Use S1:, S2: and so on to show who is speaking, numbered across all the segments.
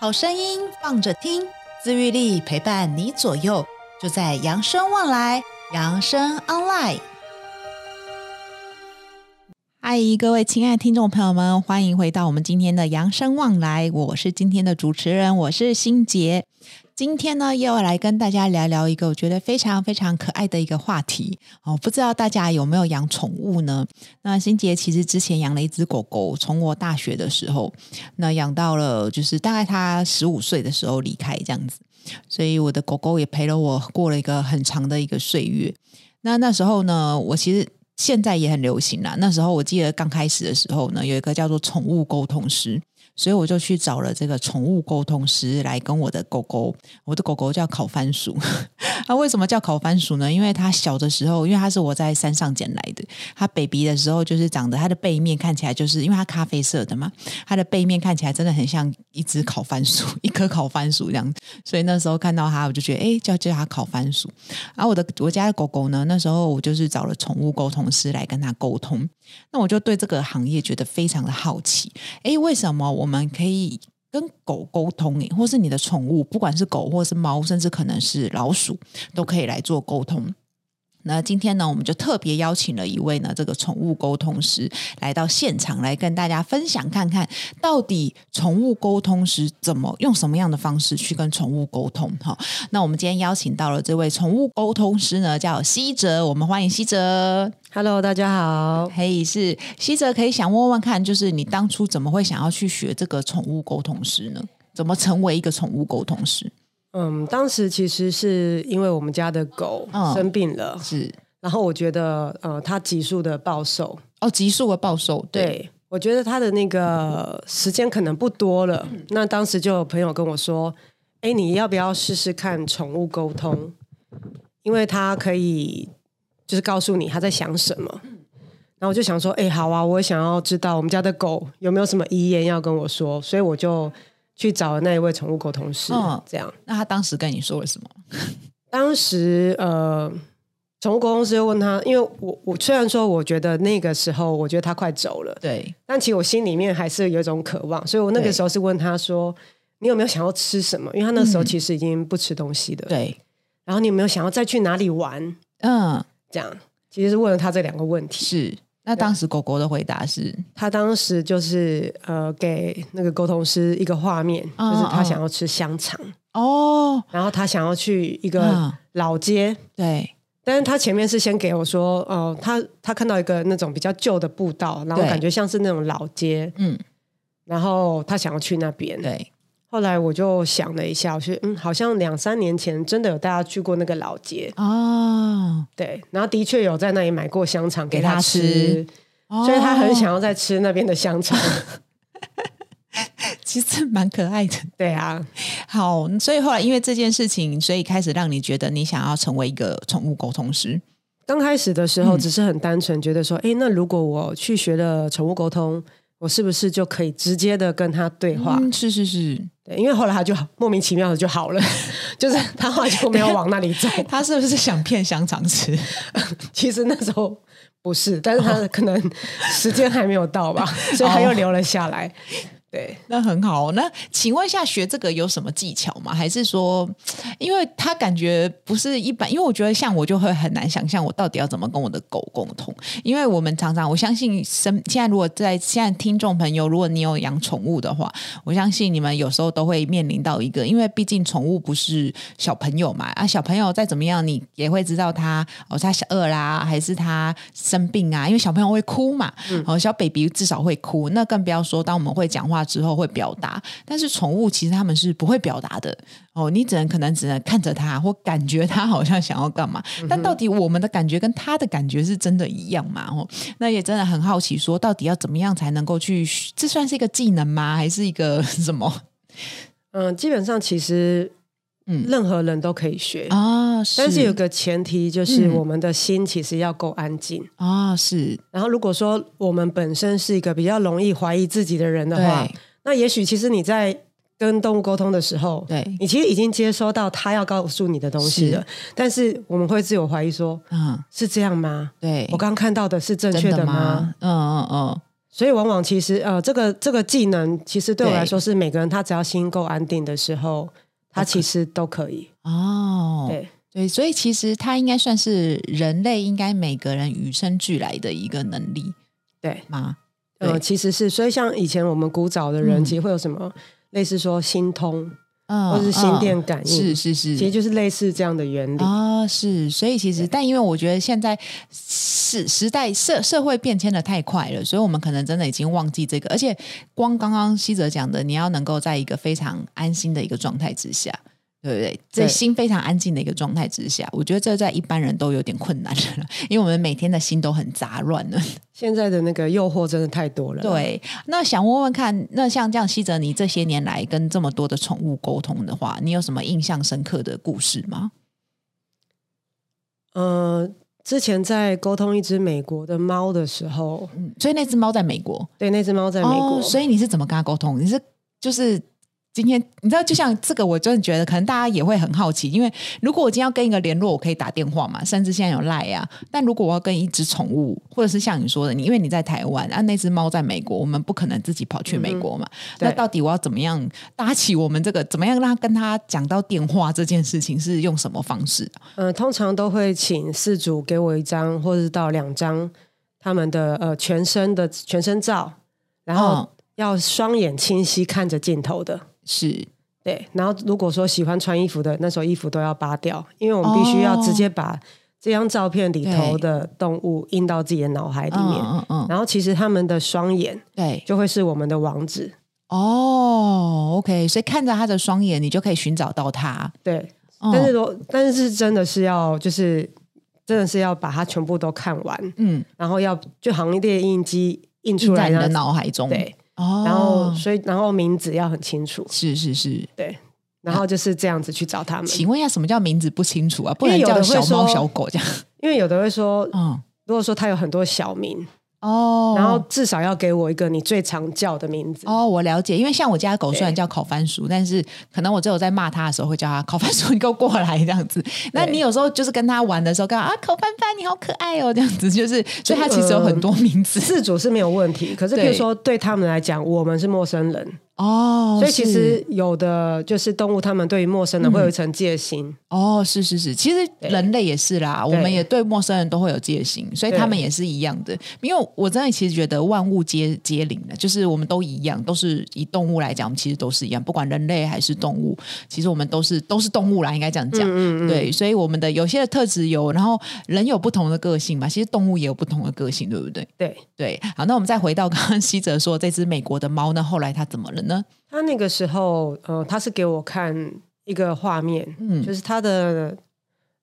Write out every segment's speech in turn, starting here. S1: 好声音放着听，自愈力陪伴你左右，就在扬声望来，扬声 online。嗨，各位亲爱的听众朋友们，欢迎回到我们今天的扬声望来，我是今天的主持人，我是心杰。今天呢，又要来跟大家聊聊一个我觉得非常非常可爱的一个话题哦。不知道大家有没有养宠物呢？那心杰其实之前养了一只狗狗，从我大学的时候，那养到了就是大概它十五岁的时候离开这样子，所以我的狗狗也陪了我过了一个很长的一个岁月。那那时候呢，我其实现在也很流行啦。那时候我记得刚开始的时候呢，有一个叫做宠物沟通师，所以我就去找了这个宠物沟通师来跟我的狗狗，我的狗狗叫烤番薯。啊，为什么叫烤番薯呢？因为它小的时候，因为它是我在山上捡来的，它 baby 的时候就是长得它的背面看起来就是因为它咖啡色的嘛，它的背面看起来真的很像一只烤番薯， 一颗烤番薯这样。所以那时候看到它，我就觉得哎、诶叫叫它烤番薯。然后我的我家的狗狗呢，那时候我就是找了宠物沟通师来跟它沟通，那我就对这个行业觉得非常的好奇，诶，为什么我们可以跟狗沟通诶，或是你的宠物，不管是狗或是猫，甚至可能是老鼠，都可以来做沟通。那今天呢，我们就特别邀请了一位呢，这个宠物沟通师来到现场，来跟大家分享看看，到底宠物沟通师怎么用什么样的方式去跟宠物沟通哈。那我们今天邀请到了这位宠物沟通师呢，叫西哲，我们欢迎西哲。
S2: Hello，大家好。
S1: 可以是西泽，可以想问问看，就是你当初怎么会想要去学这个宠物沟通师呢？怎么成为一个宠物沟通师？
S2: 嗯，当时其实是因为我们家的狗
S1: 嗯
S2: 生病了，
S1: 是
S2: 然后我觉得呃，它急速的暴瘦，
S1: 哦，急速的暴瘦，对，
S2: 我觉得它的那个时间可能不多了。那当时就有朋友跟我说：“哎，你要不要试试看宠物沟通？因为它可以就是告诉你它在想什么。”然后我就想说：“哎，好啊，我也想要知道我们家的狗有没有什么遗言要跟我说。”所以我就去找了那一位宠物沟通师，
S1: 嗯
S2: 这样。
S1: 那他当时跟你说了什么？
S2: 当时呃，宠物沟通师就问他，因为我我虽然说我觉得那个时候我觉得他快走了，
S1: 对，
S2: 但其实我心里面还是有一种渴望，所以我那
S1: 对
S2: 个时候是问他说。你有没有想要吃什么？因为他那时候其实已经不吃东西的。
S1: 对，
S2: 然后你有没有想要再去哪里玩？
S1: 嗯，
S2: 这样其实是问了他这两个问题。
S1: 是。那当时狗狗的回答是，
S2: 他当时就是呃给那个沟通师一个画面，
S1: 嗯
S2: 就是他
S1: 嗯
S2: 想要吃香肠，
S1: 哦，
S2: 然后他想要去一个
S1: 嗯，
S2: 老街，
S1: 对，
S2: 但是他前面是先给我说，哦、他他看到一个那种比较旧的步道，然后
S1: 对
S2: 感觉像是那种老街，
S1: 嗯，
S2: 然后他想要去那边。
S1: 对，
S2: 后来我就想了一下，我说，嗯，好像两三年前真的有带他去过那个老街，
S1: 哦，
S2: 对，然后的确有在那里买过香肠
S1: 给
S2: 给他
S1: 他吃
S2: 吃，
S1: 哦
S2: 所以他很想，要再吃那边的香肠。
S1: 哦其实蛮可爱的。
S2: 对啊，
S1: 好，所以后来因为这件事情，所以开始让你觉得你想要成为一个宠物沟通师。
S2: 刚开始的时
S1: 嗯
S2: 候只是很单纯，觉得说，诶，那如果我去学了宠物沟通，我是不是就可以直接的跟他对话？
S1: 嗯，是是是，
S2: 对，因为后来他就莫名其妙的就好 了，就是他后来就没有往那里走。
S1: 他是不是想骗香肠吃？
S2: 其实那时候不是，但是
S1: 哦
S2: 他可能时间还没有到吧，所以他又留了下来。对，
S1: 那很好。哦那请问一下，学这个有什么技巧吗？还是说，因为他感觉不是一般，因为我觉得像我就会很难想象我到底要怎么跟我的狗沟通。因为我们常常，我相信身现在如果在现在听众朋友，如果你有养宠物的话，我相信你们有时候都会面临到一个，因为毕竟宠物不是小朋友嘛，啊，小朋友再怎么样，你也会知道他哦，他饿啦，还是他生病啊，因为小朋友会哭嘛，
S2: 嗯
S1: 哦，小 baby 至少会哭，那更不要说当我们会讲话之后会表达，但是宠物其实他们是不会表达的哦，你只能可能只能看着它或感觉它好像想要干嘛，
S2: 嗯
S1: 但到底我们的感觉跟它的感觉是真的一样吗？哦，那也真的很好奇，说到底要怎么样才能够去，这算是一个技能吗？还是一个 什么
S2: 嗯、基本上其实，
S1: 嗯
S2: 任何人都可以学，
S1: 啊？是
S2: 但是有个前提就是
S1: 嗯
S2: 我们的心其实要够安静。
S1: 啊，是
S2: 然后，如果说我们本身是一个比较容易怀疑自己的人的话，
S1: 对
S2: 那也许其实你在跟动物沟通的时候，
S1: 对，
S2: 你其实已经接收到他要告诉你的东西
S1: 是
S2: 了，但是我们会自我怀疑说，
S1: 嗯，
S2: 是这样吗？
S1: 对
S2: 我，刚看到的是正
S1: 真
S2: 确
S1: 的
S2: 吗？
S1: 吗？嗯嗯嗯，
S2: 所以往往其实呃，这个这个技能其实对我
S1: 对
S2: 来说是每个人他只要心够安定的时候，他其实都可以。
S1: 哦，
S2: 对
S1: 对，所以其实它应该算是人类应该每个人与生俱来的一个能力
S2: 对，
S1: 吗？对
S2: 呃，其实是所以像以前我们古早的人，
S1: 嗯
S2: 其实会有什么类似说心通，
S1: 嗯，
S2: 或是心电
S1: 嗯
S2: 感应
S1: 是是是，
S2: 其实就是类似这样的原理。
S1: 啊、是，所以其实，但因为我觉得现在时时代社社会变迁的太快了，所以我们可能真的已经忘记这个。而且，光刚刚希哲讲的，你要能够在一个非常安心的一个状态之下，对不对？这
S2: 对
S1: 心非常安静的一个状态之下，我觉得这在一般人都有点困难了，因为我们每天的心都很杂乱了。
S2: 现在的那个诱惑真的太多了。，
S1: 对，那想问问看，那像这样，希哲，你这些年来跟这么多的宠物沟通的话，你有什么印象深刻的故事吗？
S2: 呃，之前在沟通一只美国的猫的时候，
S1: 嗯，所以那只猫在美国。
S2: 对那只猫在美国，
S1: 哦，所以你是怎么跟他沟通？你是就是今天你知道，就像这个，我真的觉得可能大家也会很好奇，因为如果我今天要跟一个联络，我可以打电话嘛，甚至现在有赖啊。但如果我要跟一只宠物，或者是像你说的，你因为你在台湾，啊，那只猫在美国，我们不可能自己跑去美国嘛。
S2: 嗯对
S1: 那到底我要怎么样搭起我们这个？怎么样让他跟他讲到电话这件事情是用什么方式啊？
S2: 呃，通常都会请事主给我一张或者到两张他们的呃全身的全身照，然后
S1: 嗯
S2: 要双眼清晰看着镜头的。
S1: 是
S2: 对，然后如果说喜欢穿衣服的，那时候衣服都要扒掉，因为我们必须要直接把这张照片里头
S1: 哦对
S2: 的动物印到自己的脑海里面。
S1: 嗯嗯嗯，
S2: 然后其实他们的双眼
S1: 对。
S2: 就会是我们的网址，
S1: 哦、o k 所以看着他的双眼，你就可以寻找到他。
S2: 对。
S1: 嗯
S2: 但是如果但是真的是要就是真的是要把它全部都看完，
S1: 嗯，
S2: 然后要就行列印机印出
S1: 印在
S2: 来，
S1: 你的
S2: 然后
S1: 脑海中。，
S2: 对，
S1: 哦，
S2: 然后、所以然后名字要很清楚，
S1: 是是是，
S2: 对，然后就是这样子去找他们，
S1: 请问一下，什么叫名字不清楚啊？不
S2: 嗯因
S1: 能
S2: 为有
S1: 叫
S2: 的
S1: 小
S2: 会
S1: 猫
S2: 说
S1: 小狗 这样。
S2: 因为有的会说，
S1: 嗯，
S2: 如果说他有很多小名，
S1: 哦，
S2: 然后至少要给我一个你最常叫的名字，
S1: 哦，我了解，因为像我家的狗虽然叫烤番薯，但是可能我只有在骂它的时候会叫它烤番薯，你给我过来这样子。 那你有时候就是跟它玩的时候，刚啊烤番番你好可爱哦这样子，就是所以它其实有
S2: 嗯
S1: 很多名 字。
S2: 事主是没有问题，可是
S1: 对
S2: 譬如说对他们来讲，我们是陌生人，
S1: 哦，
S2: 所以其
S1: 是嗯
S2: 实有的就是动物，它们对于陌生人会有一层戒心。
S1: 哦，是是是，其实人类也是啦，我们也对陌生人都会有戒心，所以
S2: 对
S1: 他们也是一样的。因为我真的其实觉得万物皆皆灵的，就是我们都一样，都是以动物来讲，我们其实都是一样，不管人类还是动物，其实我们都是都是动物啦，应该这样
S2: 嗯
S1: 讲。对，所以我们的有些的特质有，然后人有不同的个性嘛，其实动物也有不同的个性，对不对？
S2: 对
S1: 对，好，那我们再回到刚刚西哲说这只美国的猫呢，后来它怎么了呢？
S2: 他那个时候，呃，他是给我看一个画面，
S1: 嗯
S2: 就是他的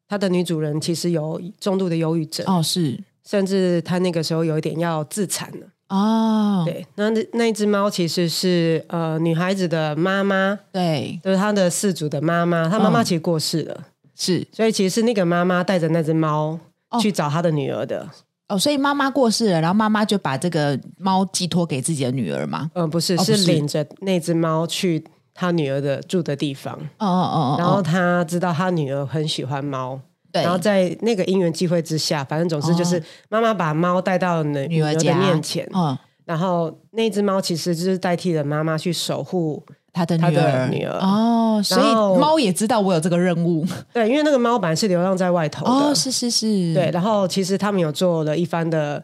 S2: 他的女主人其实有重度的忧郁症，
S1: 哦，是
S2: 甚至他那个时候有一点要自残了。
S1: 哦，
S2: 对，那那那一只猫其实是呃女孩子的妈妈，
S1: 对
S2: 就是她的饲主的妈妈，她妈妈
S1: 嗯
S2: 其实过世了，
S1: 是
S2: 所以其实是那个妈妈带着那只猫
S1: 哦
S2: 去找她的女儿的。
S1: 哦，所以妈妈过世了，然后妈妈就把这个猫寄托给自己的女儿嘛。
S2: 嗯、不是，
S1: 哦不
S2: 是
S1: 是
S2: 领着那只猫去她女儿的住的地方。
S1: 哦哦哦，
S2: 然后他知道他女儿很喜欢猫，
S1: 对，
S2: 然后在那个因缘际会之下，反正总之就是妈妈把猫带到女
S1: 哦女儿
S2: 儿
S1: 家
S2: 的面前，
S1: 嗯，
S2: 然后那只猫其实就是代替了妈妈去守护。
S1: 她的女
S2: 她
S1: 儿，
S2: 的女儿
S1: 哦，所
S2: 然后
S1: 以猫也知道我有这个任 务。
S2: 对，因为那个猫本来是流浪在外头的，
S1: 哦，是是是，
S2: 对。然后其实他们有做了一番的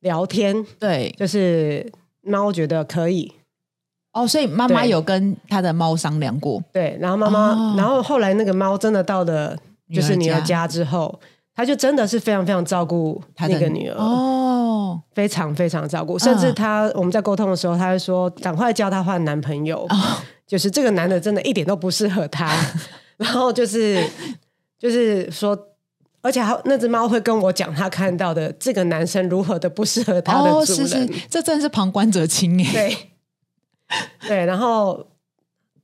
S2: 聊天，
S1: 对，
S2: 就是猫觉得可以，
S1: 哦，所以妈妈
S2: 对
S1: 有跟她的猫商量过，
S2: 对。然后妈妈，
S1: 哦
S2: 然后后来那个猫真的到了就是
S1: 女
S2: 女
S1: 儿
S2: 儿
S1: 家
S2: 家之后，它就真的是非常非常照顾
S1: 她
S2: 那
S1: 的
S2: 个女儿。
S1: 哦，
S2: 非常非常照顾，甚至
S1: 嗯
S2: 她我们在沟通的时候，她会说赶快叫她换男朋友，
S1: 哦
S2: 就是这个男的真的一点都不适合 她。然后就是就是说，而且还那只猫会跟我讲她看到的这个男生如何的不适合她的
S1: 哦，
S2: 主
S1: 是
S2: 人，
S1: 是，这真的是旁观者清哎。
S2: 对对。然后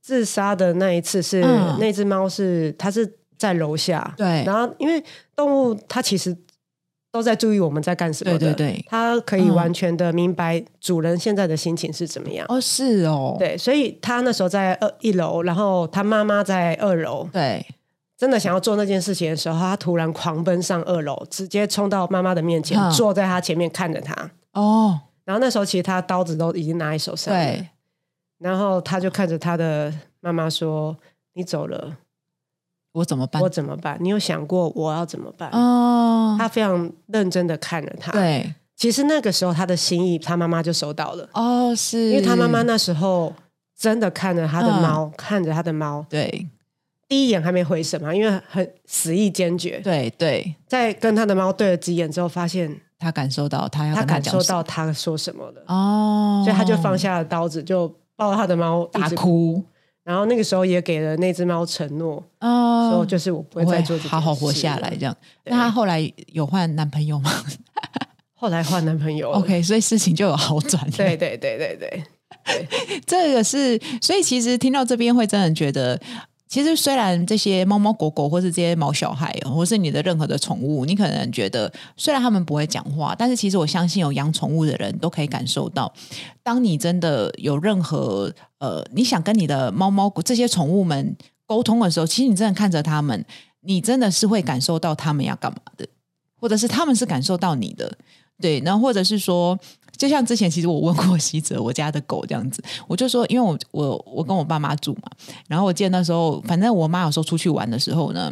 S2: 自杀的那一次是、
S1: 嗯
S2: 那只猫是它是在楼下，
S1: 对
S2: 然后因为动物它其实都在注意我们在干什么的，
S1: 对对对
S2: 它可以
S1: 嗯
S2: 完全的明白主人现在的心情是怎么样。
S1: 哦，是哦，
S2: 对，所以它那时候在二一楼，然后它妈妈在二楼，
S1: 对，
S2: 真的想要做那件事情的时候，它突然狂奔上二楼，直接冲到妈妈的面前，
S1: 嗯
S2: 坐在她前面看着她。
S1: 哦，
S2: 然后那时候其实他刀子都已经拿在手上，
S1: 对，
S2: 然后他就看着他的妈妈说：“你走了，
S1: 我怎么办
S2: 我？怎么办？你有想过我要怎么办？”
S1: 哦，
S2: 他非常认真的看着他。，
S1: 对，
S2: 其实那个时候他的心意，他妈妈就收到了，
S1: 哦，是
S2: 因为他妈妈那时候真的看着他
S1: 嗯
S2: 的猫，看着他的猫，
S1: 对
S2: 第一眼还没回神嘛，因为很死意坚决，
S1: 对对，
S2: 在跟他的猫对了几眼之后，发现
S1: 他感受到他要
S2: 他
S1: 跟他
S2: 感
S1: 讲
S2: 受
S1: 什么
S2: 到他说什么了，
S1: 哦，
S2: 所以他就放下了刀子，就抱着他的猫
S1: 大
S2: 一直。
S1: 哭
S2: 然后那个时候也给了那只猫承诺，说
S1: 哦，
S2: 就是我不
S1: 我
S2: 会再
S1: 会
S2: 做这件
S1: 好好活
S2: 事
S1: 下
S2: 了
S1: 来这样。
S2: 对哦
S1: 那他后来有换男朋友吗
S2: 后来换男朋友了
S1: ？OK，所以事情就有好转。
S2: 对，对对对对，
S1: 这个是，所以其实听到这边会真的觉得。其实，虽然这些猫猫狗狗，或是这些毛小孩，或是你的任何的宠物，你可能觉得虽然他们不会讲话，但是其实我相信有养宠物的人都可以感受到，当你真的有任何呃，你想跟你的猫猫狗这些宠物们沟通的时候，其实你真的看着它们，你真的是会感受到他们要干嘛的，或者是他们是感受到你的，对，然后或者是说，就像之前其实我问过西泽我家的狗这样子，我就说，因为我我我跟我爸妈住嘛，然后我记得那时候，反正我妈有时候出去玩的时候呢。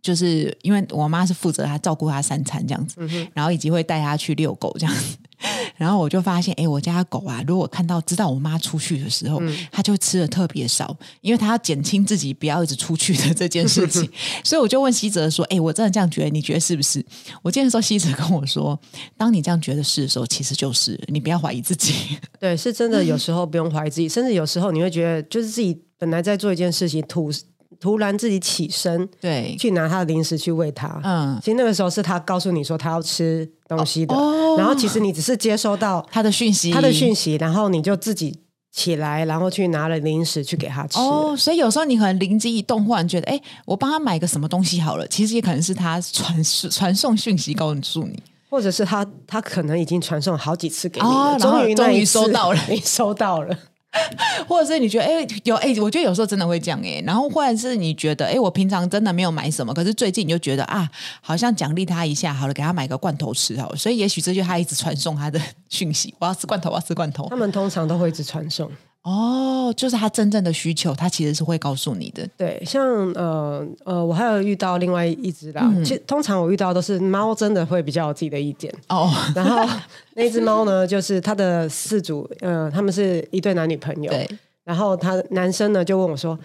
S1: 就是因为我妈是负责她照顾她三餐这样子，然后以及会带她去遛狗这样子， 然后我就发现，哎、我家的狗啊，如果看到知道我妈出去的时候，它就会吃的特别少，因为它要减轻自己不要一直出去的这件事情。所以我就问西泽说：“哎、我真的这样觉得，你觉得是不是？”我记得那时候西泽跟我说：“当你这样觉得是的时候，其实就是你不要怀疑自己。
S2: 对，是真的。有时候不用怀疑自己，甚至有时候你会觉得，就是自己本来在做一件事情，突突然自己起身”
S1: 对，
S2: 去拿他的零食去喂他。
S1: 嗯，
S2: 其实那个时候是他告诉你说他要吃东西的，
S1: 哦
S2: 然后其实你只是接收到
S1: 他的讯息，
S2: 他的
S1: 息
S2: 讯息，然后你就自己起来，然后去拿了零食去给他吃。
S1: 哦，所以有时候你可能灵机一动，忽然觉得：“哎、我帮他买个什么东西好了。”其实也可能是他传传送讯息告诉你。
S2: 或者是他他可能已经传送好几次给你
S1: 哦
S2: 了，
S1: 然后
S2: 终于
S1: 终
S2: 那
S1: 于
S2: 一
S1: 收
S2: 次
S1: 到了
S2: 你收到了。
S1: 或者是你觉得哎、有哎、我觉得有时候真的会这样哎、然后或者是你觉得哎、我平常真的没有买什么，可是最近你就觉得啊，好像奖励他一下好了，给他买个罐头吃好了，所以也许这就是他一直传送他的讯息，我要吃罐头，我要吃罐头
S2: 他。们通常都会一直传送。
S1: 哦，就是他真正的需求，他其实是会告诉你的。
S2: 对，像呃呃，我还有遇到另外一只啦。
S1: 嗯
S2: 其实通常我遇到都是猫，真的会比较有自己的意见。
S1: 哦，
S2: 然 后那只猫呢，就是它的饲主，呃，他们是一对男女朋友。
S1: 对，
S2: 然后他男生呢就问我说：“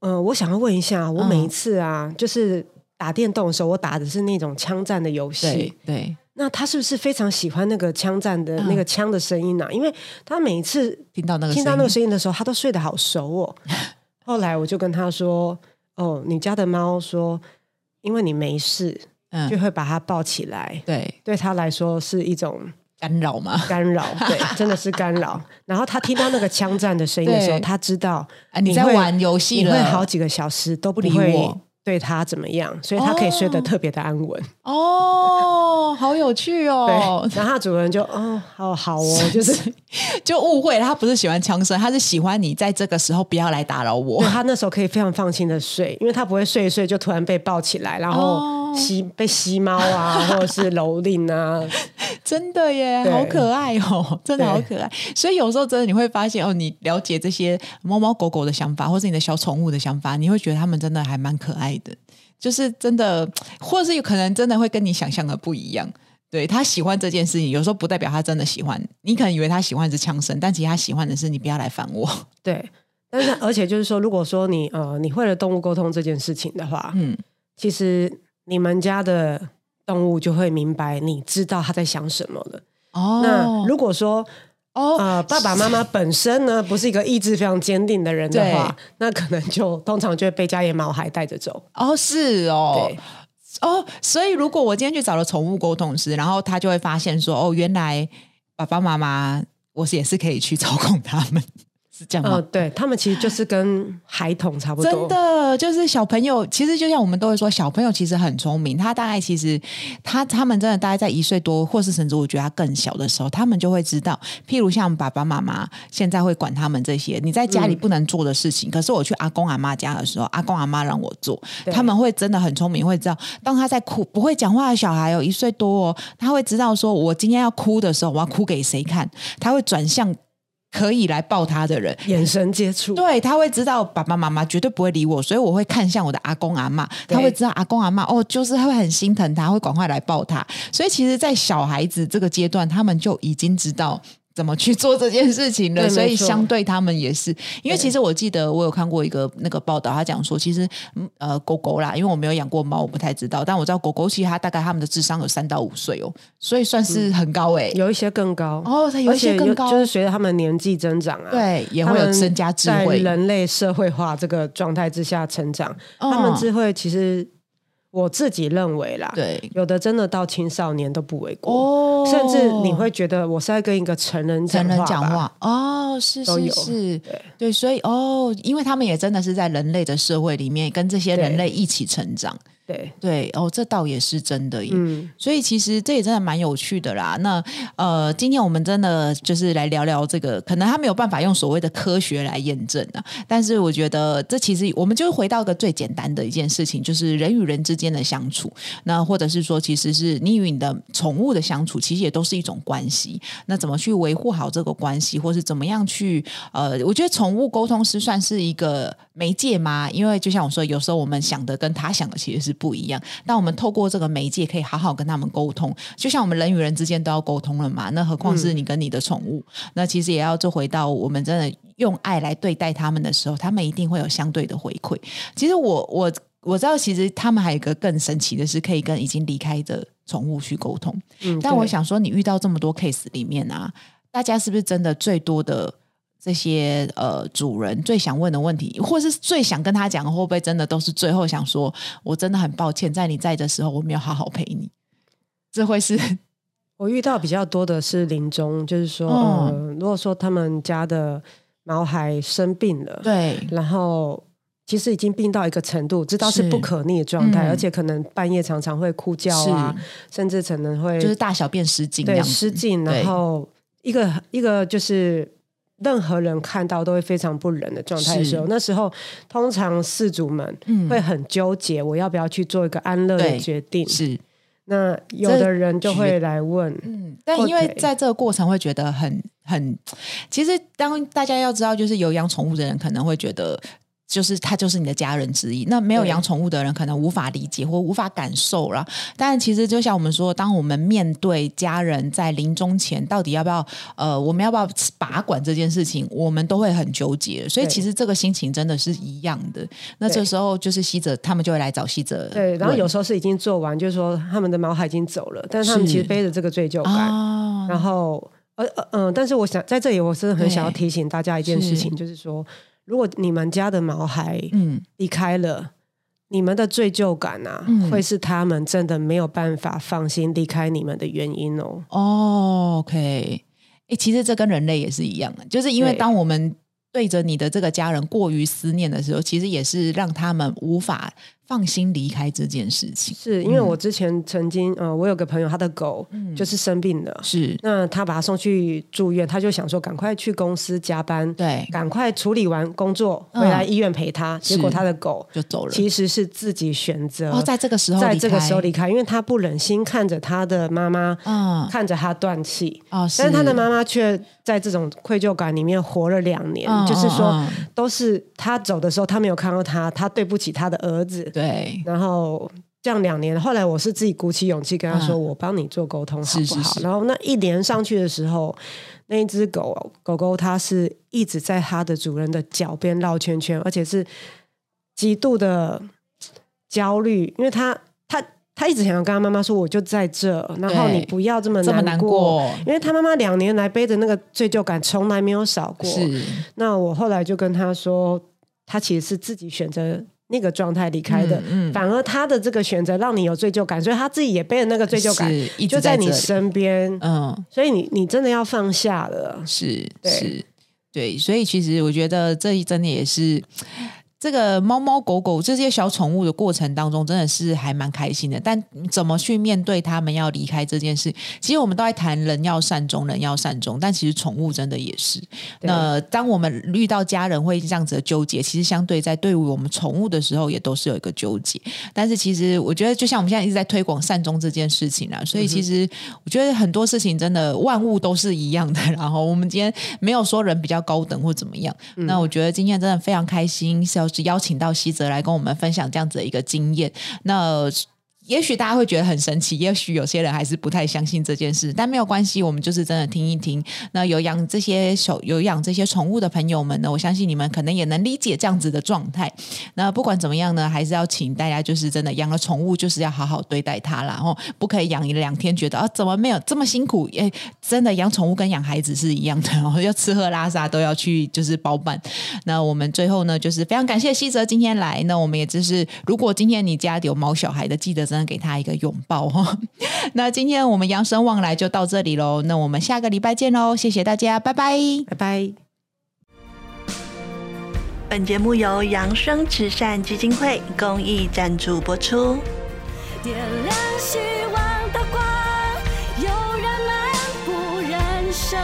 S2: 呃，我想要问一下，我
S1: 嗯
S2: 每一次啊，就是打电动的时候，我打的是那种枪战的游戏
S1: 对，，对，
S2: 那他是不是非常喜欢那个枪战的、
S1: 嗯
S2: 那个枪的声音啊？因为他每一次
S1: 听到那个
S2: 听到那个
S1: 声
S2: 声音的时候，他都睡得好熟哦。 后来我就跟他说：“哦，你家的猫说，因为你没事，
S1: 音
S2: 就
S1: 嗯，
S2: 会把它抱起来，
S1: 对，
S2: 对它来说是一种
S1: 干扰嘛，
S2: 干 扰，对，真的是干扰。然后他听到那个枪战的声音的时候，
S1: 对
S2: 他知道
S1: 啊你在
S2: 会
S1: 玩游戏了
S2: 你会好几个小时都不
S1: 理
S2: 会
S1: 我
S2: 对他怎么样，所以他可以睡得
S1: 哦
S2: 特别的安稳。
S1: 哦，好有趣
S2: 对
S1: 哦，，
S2: 然后他主人就哦，好好 哦，就是
S1: 就误会了，他不是喜欢枪声，他是喜欢你在这个时候不要来打扰我
S2: 对。他那时候可以非常放心的睡，因为他不会睡一睡就突然被抱起来，然后
S1: 哦
S2: 吸、被吸 猫啊，或者是蹂躏啊。
S1: 真的耶，
S2: 对
S1: 好可爱哦， 真的
S2: 对
S1: 好可爱。所以有时候真的你会发现哦，你了解这些猫猫狗狗的想法，或是你的小宠物的想法，你会觉得它们真的还蛮可爱的，就是真的，或者是有可能真的会跟你想象的不一样。对他喜欢这件事情，有时候不代表他真的喜欢。你可能以为他喜欢的是枪声，但其实他喜欢的是你不要来烦我。
S2: 对，但是而且就是说，如果说你呃你会了动物沟通这件事情的话，
S1: 嗯，
S2: 其实你们家的动物就会明白，你知道他在想什么了。
S1: 哦，
S2: 那如果说
S1: 哦，
S2: 呃爸爸妈妈本身呢不是一个意志非常坚定的人的话，那可能就通常就会被家野毛孩带着走。
S1: 哦，是哦
S2: 对，
S1: 哦，所以如果我今天去找了宠物沟通师，然后他就会 发现说，哦，原来爸爸妈妈我是也是可以去操控他们，是这样吗？
S2: 呃，对他们其实就是跟孩童差不多，
S1: 真的就是小朋友，其实就像我们都会说，小朋友其实很聪明。他大概其实他他们真的大概在一岁多，或是甚至我觉得他更小的时候，他们就会知道，譬如像爸爸妈妈现在会管他们这些你在家
S2: 嗯
S1: 里不能做的事情，可是我去阿公阿妈家的时候，阿公阿妈让我做，
S2: 对
S1: 他们会真的很聪明，会知道当他在哭不会讲话的小孩哦，一岁多哦，他会知道说我今天要哭的时候，我要哭给谁看，他会转向。可以来抱他的人，
S2: 眼神接触，
S1: 对，他会知道爸爸妈妈绝对不会理我，所以我会看向我的阿公阿妈，
S2: 对
S1: 他会知道阿公阿妈哦，就是会很心疼他，会赶快来抱他。所以其实，在小孩子这个阶段，他们就已经知道。怎么去做这件事情了？
S2: 对
S1: 所以
S2: 没错
S1: 相对他们也是，因为
S2: 对
S1: 其实我记得我有看过一个那个报道，他讲说，其实嗯呃狗狗啦，因为我没有养过猫，我不太知道，但我知道狗狗其实它大概它们的智商有三到五岁哦，所以算是很高哎、
S2: 有一些更高，
S1: 哦，它有
S2: 而
S1: 一些
S2: 且
S1: 更
S2: 有
S1: 高，
S2: 就是随着他们年纪增长啊，
S1: 对，也
S2: 他
S1: 会有
S2: 们
S1: 增加智
S2: 在
S1: 慧。
S2: 人类社会化这个状态之下成长，
S1: 嗯
S2: 他们智慧其实我自己认为啦，
S1: 对
S2: 有的真的到青少年都不为过，
S1: 哦
S2: 甚至你会觉得我是在跟一个成人
S1: 成人
S2: 吧
S1: 讲，话哦，是
S2: 都
S1: 是
S2: 有
S1: 是，对，所以哦，因为他们也真的是在人类的社会里面跟这些人类一起成长，
S2: 对，
S1: 对哦，这倒也是真的耶。
S2: 嗯，
S1: 所以其实这也真的蛮有趣的啦。那呃，今天我们真的就是来聊聊这个，可能他没有办法用所谓的科学来验证啊，但是我觉得这其实我们就回到一个最简单的一件事情，就是人与人之间的相处。那或者是说，其实是你与你的宠物的相处，其实也都是一种关系。那怎么去维护好这个关系，或是怎么样去呃，我觉得宠物沟通师算是一个媒介吗？因为就像我说，有时候我们想的跟他想的其实是不一样。但我们透过这个媒介，可以好好跟他们沟通。就像我们人与人之间都要沟通了嘛，那何况是你跟你的宠物？那其实也要做回到我们真的用爱来对待他们的时候，他们一定会有相对的回馈。其实我我我知道，其实他们还有一个更神奇的是，可以跟已经离开的宠物去沟通。
S2: 嗯
S1: 但我
S2: 对
S1: 想说，你遇到这么多 case 里面啊，大家是不是真的最多的这些呃主人最想问的问题，或是最想跟他讲，会不会真的都是最后想说，我真的很抱歉，在你在的时候我没有好好陪你，这会是
S2: 我遇到比较多的是临终，就是说，
S1: 嗯
S2: 呃，如果说他们家的毛孩生病了，
S1: 对
S2: 然后其实已经病到一个程度，知道是
S1: 是
S2: 不可逆的状态，
S1: 嗯
S2: 而且可能半夜常常会哭叫啊，甚至可能会
S1: 是 就是大小便失禁这
S2: 对
S1: 样子
S2: 失禁，
S1: 对
S2: 然后一个一个就是任何人看到都会非常不忍的状态的时候，
S1: 是
S2: 那时候通常饲主们
S1: 嗯
S2: 会很纠结，我要不要去做一个安乐
S1: 对
S2: 的决定？
S1: 是
S2: 那有的人就会来问，
S1: 嗯，但
S2: 或
S1: 因为
S2: 陪
S1: 在这个过程会觉得很很，其实当大家要知道，就是有养宠物的人可能会觉得。就是他就是你的家人之一，那没有
S2: 对
S1: 养宠物的人可能无法理解或无法感受啦。但其实就像我们说，当我们面对家人在临终前到底要不要呃，我们要不要把管这件事情，我们都会很纠结。所以
S2: 对
S1: 其实这个心情真的是一样的。那这
S2: 对
S1: 时候就是西泽他们就会来找西泽论，
S2: 对，然后有时候是已经做完，就是说他们的毛孩已经走了，但是他们
S1: 是
S2: 其实背着这个罪疚感，
S1: 啊，
S2: 然后呃呃嗯、但是我想在这里，我是很想要
S1: 对
S2: 提醒大家一件事
S1: 是
S2: 情，就是说，如果你们家的毛孩
S1: 嗯，
S2: 离开了，你们的罪疚感啊，
S1: 嗯
S2: 会是他们真的没有办法放心离开你们的原因哦。
S1: 哦，OK，诶，其实这跟人类也是一样的，就是因为
S2: 对
S1: 当我们对着你的这个家人过于思念的时候，其实也是让他们无法放心离开这件事情。
S2: 是因为我之前曾经，呃，我有个朋友，他的狗
S1: 嗯
S2: 就是生病了，
S1: 是，
S2: 那他把他送去住院，他就想说赶快去公司加班，
S1: 对，
S2: 赶快处理完工作
S1: 嗯
S2: 回来医院陪他。
S1: 是
S2: 结果他的狗
S1: 就走了。
S2: 其实是自己选择
S1: 哦，在这个时候，
S2: 在这个时候离，开，因为他不忍心看着他的妈妈。
S1: 嗯，
S2: 看着他断气，
S1: 哦，
S2: 但是他的妈妈却在这种愧疚感里面活了两年，
S1: 嗯，
S2: 就是说，
S1: 嗯，嗯
S2: 都是他走的时候，他没有看到他，他对不起他的儿子。
S1: 对，
S2: 然后这样两年，后来我是自己鼓起勇气跟他说：“
S1: 嗯
S2: 我帮你做沟通，好
S1: 是
S2: 不好？”
S1: 是是
S2: 然后那一连上去的时候，那一只狗狗狗它是一直在它的主人的脚边绕圈圈，而且是极度的焦虑，因为它它它一直想要跟他妈妈说：“我就在这，然后
S1: 对
S2: 你不要这么
S1: 这么难过，
S2: 因为他妈妈两年来背着那个罪疚感，从来没有少过。
S1: 是，
S2: 那我后来就跟他说，他其实是自己选择那个状态离开的，
S1: 嗯嗯
S2: 反而他的这个选择让你有罪疚感，所以他自己也背了那个罪疚感，
S1: 是一直
S2: 就在
S1: 在
S2: 你
S1: 这里
S2: 身边，
S1: 嗯，
S2: 所以你你真的要放下了。
S1: 是
S2: 对
S1: 是。对，所以其实我觉得这一真的也是这个猫猫狗狗这些小宠物的过程当中，真的是还蛮开心的。但怎么去面对它们要离开这件事？其实我们都在谈人要善终，人要善终，但其实宠物真的也是。那当我们遇到家人会这样子的纠结，其实相对在对于我们宠物的时候，也都是有一个纠结。但是其实我觉得，就像我们现在一直在推广善终这件事情啊，所以其实我觉得很多事情真的万物都是一样的。然后我们今天没有说人比较高等或怎么样，那我觉得今天真的非常开心，是要邀请到希泽来跟我们分享这样子的一个经验。那也许大家会觉得很神奇，也许有些人还是不太相信这件事，但没有关系，我们就是真的听一听。那有养这些小有养这些宠物的朋友们呢，我相信你们可能也能理解这样子的状态。那不管怎么样呢，还是要请大家就是真的养了宠物就是要好好对待它啦，然后不可以养一两天觉得啊怎么没有这么辛苦？哎，真的养宠物跟养孩子是一样的， 然后要吃喝拉撒都要去就是包办。那我们最后呢，就是非常感谢西泽今天来，那我们也就是如果今天你家里有毛小孩的，记得真的给他一个拥抱哦。 那今天我们扬生望来就到这里喽，那我们下个礼拜见喽，谢谢大家，拜拜。
S2: 拜拜。
S3: 本节目由扬生慈善基金会公益赞助播出。
S4: 点亮希望的光，有人漫步人生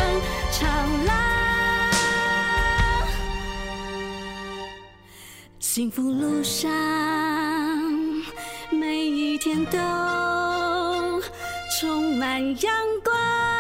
S4: 长廊，幸福路上每一天都充满阳光。